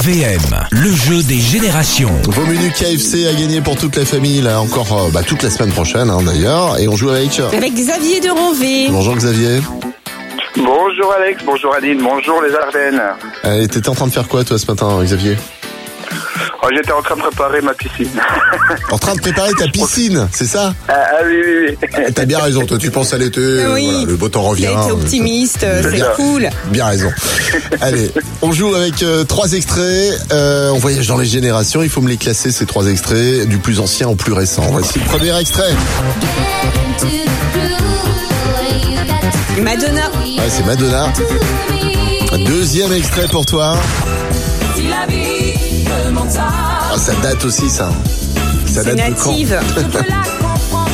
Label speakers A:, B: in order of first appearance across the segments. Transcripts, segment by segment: A: RVM, le jeu des générations.
B: Vos menus KFC à gagner pour toute la famille, là encore euh, bah, toute la semaine prochaine hein, d'ailleurs. Et on joue avec. euh,
C: Avec Xavier de Ronvé.
B: Bonjour Xavier.
D: Bonjour Alex, bonjour Aline, bonjour les Ardennes.
B: Allez, Eh, t'étais en train de faire quoi toi ce matin Xavier
D: Oh, J'étais en train de préparer ma piscine.
B: En train de préparer ta piscine, c'est ça Eh,
D: Ah, ah oui, oui, oui.
B: T'as bien raison, toi tu penses à l'été, euh,
C: Oui.
B: voilà, le beau temps
C: Il
B: revient.
C: a été
B: euh,
C: optimiste, euh,
B: c'est
C: c'est
B: bien.
C: cool.
B: Bien raison. Allez, on joue avec euh, trois extraits. Euh, on voyage dans les générations. Il faut me les classer ces trois extraits, du plus ancien au plus récent. Voici le premier extrait.
C: Madonna.
B: Ouais, c'est Madonna. Un Deuxième extrait pour toi. Ah, ça date aussi ça. Ça
C: C'est
B: date
C: native.
B: de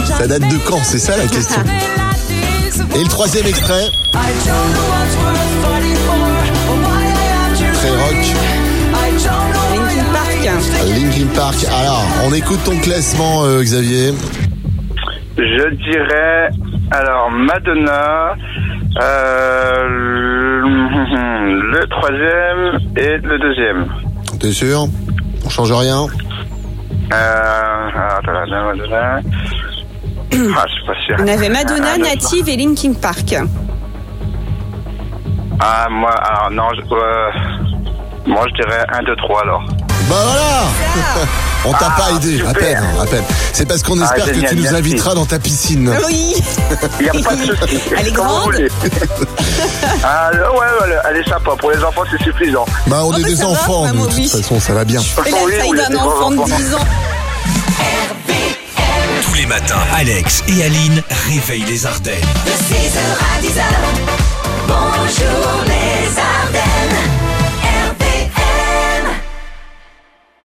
B: quand Ça date de quand C'est ça la question. Et le troisième extrait. Très rock.
C: Linkin Park.
B: Linkin Park. Alors, on écoute ton classement, euh, Xavier.
D: Je dirais, alors Madonna, euh, le le troisième et le deuxième.
B: T'es sûr On change rien
D: Euh, attends, Madonna, Madonna. Ah, je suis pas sûr.
C: On avait Madonna,
D: Ah,
C: Native et Linkin Park.
D: Ah, moi, alors non, je, euh, moi je dirais 1, 2, 3 alors.
B: Bah voilà On t'a
D: Ah,
B: pas aidé, à
D: super.
B: peine, à peine. C'est parce
C: Ah,
B: qu'on espère que
D: génial,
B: tu nous
D: merci.
B: inviteras dans ta piscine.
C: Oui.
D: Il n'y a pas de souci.
C: Elle est
D: Comme vous
C: grande.
D: voulez. Ah, ouais, ouais, elle est sympa. Pour les enfants, c'est suffisant.
B: Bah on
C: Oh,
B: est
C: bah,
B: des
C: ça va,
B: enfants,
C: maman,
B: nous, de
C: oui.
B: toute façon, ça va bien.
C: Et la
D: Oui,
C: taille
D: oui,
C: d'un
D: les
C: enfant de
D: grands
C: 10 ans.
A: Tous les matins, Alex et Aline réveillent les Ardennes.
E: De 6h à 10h, bonjour les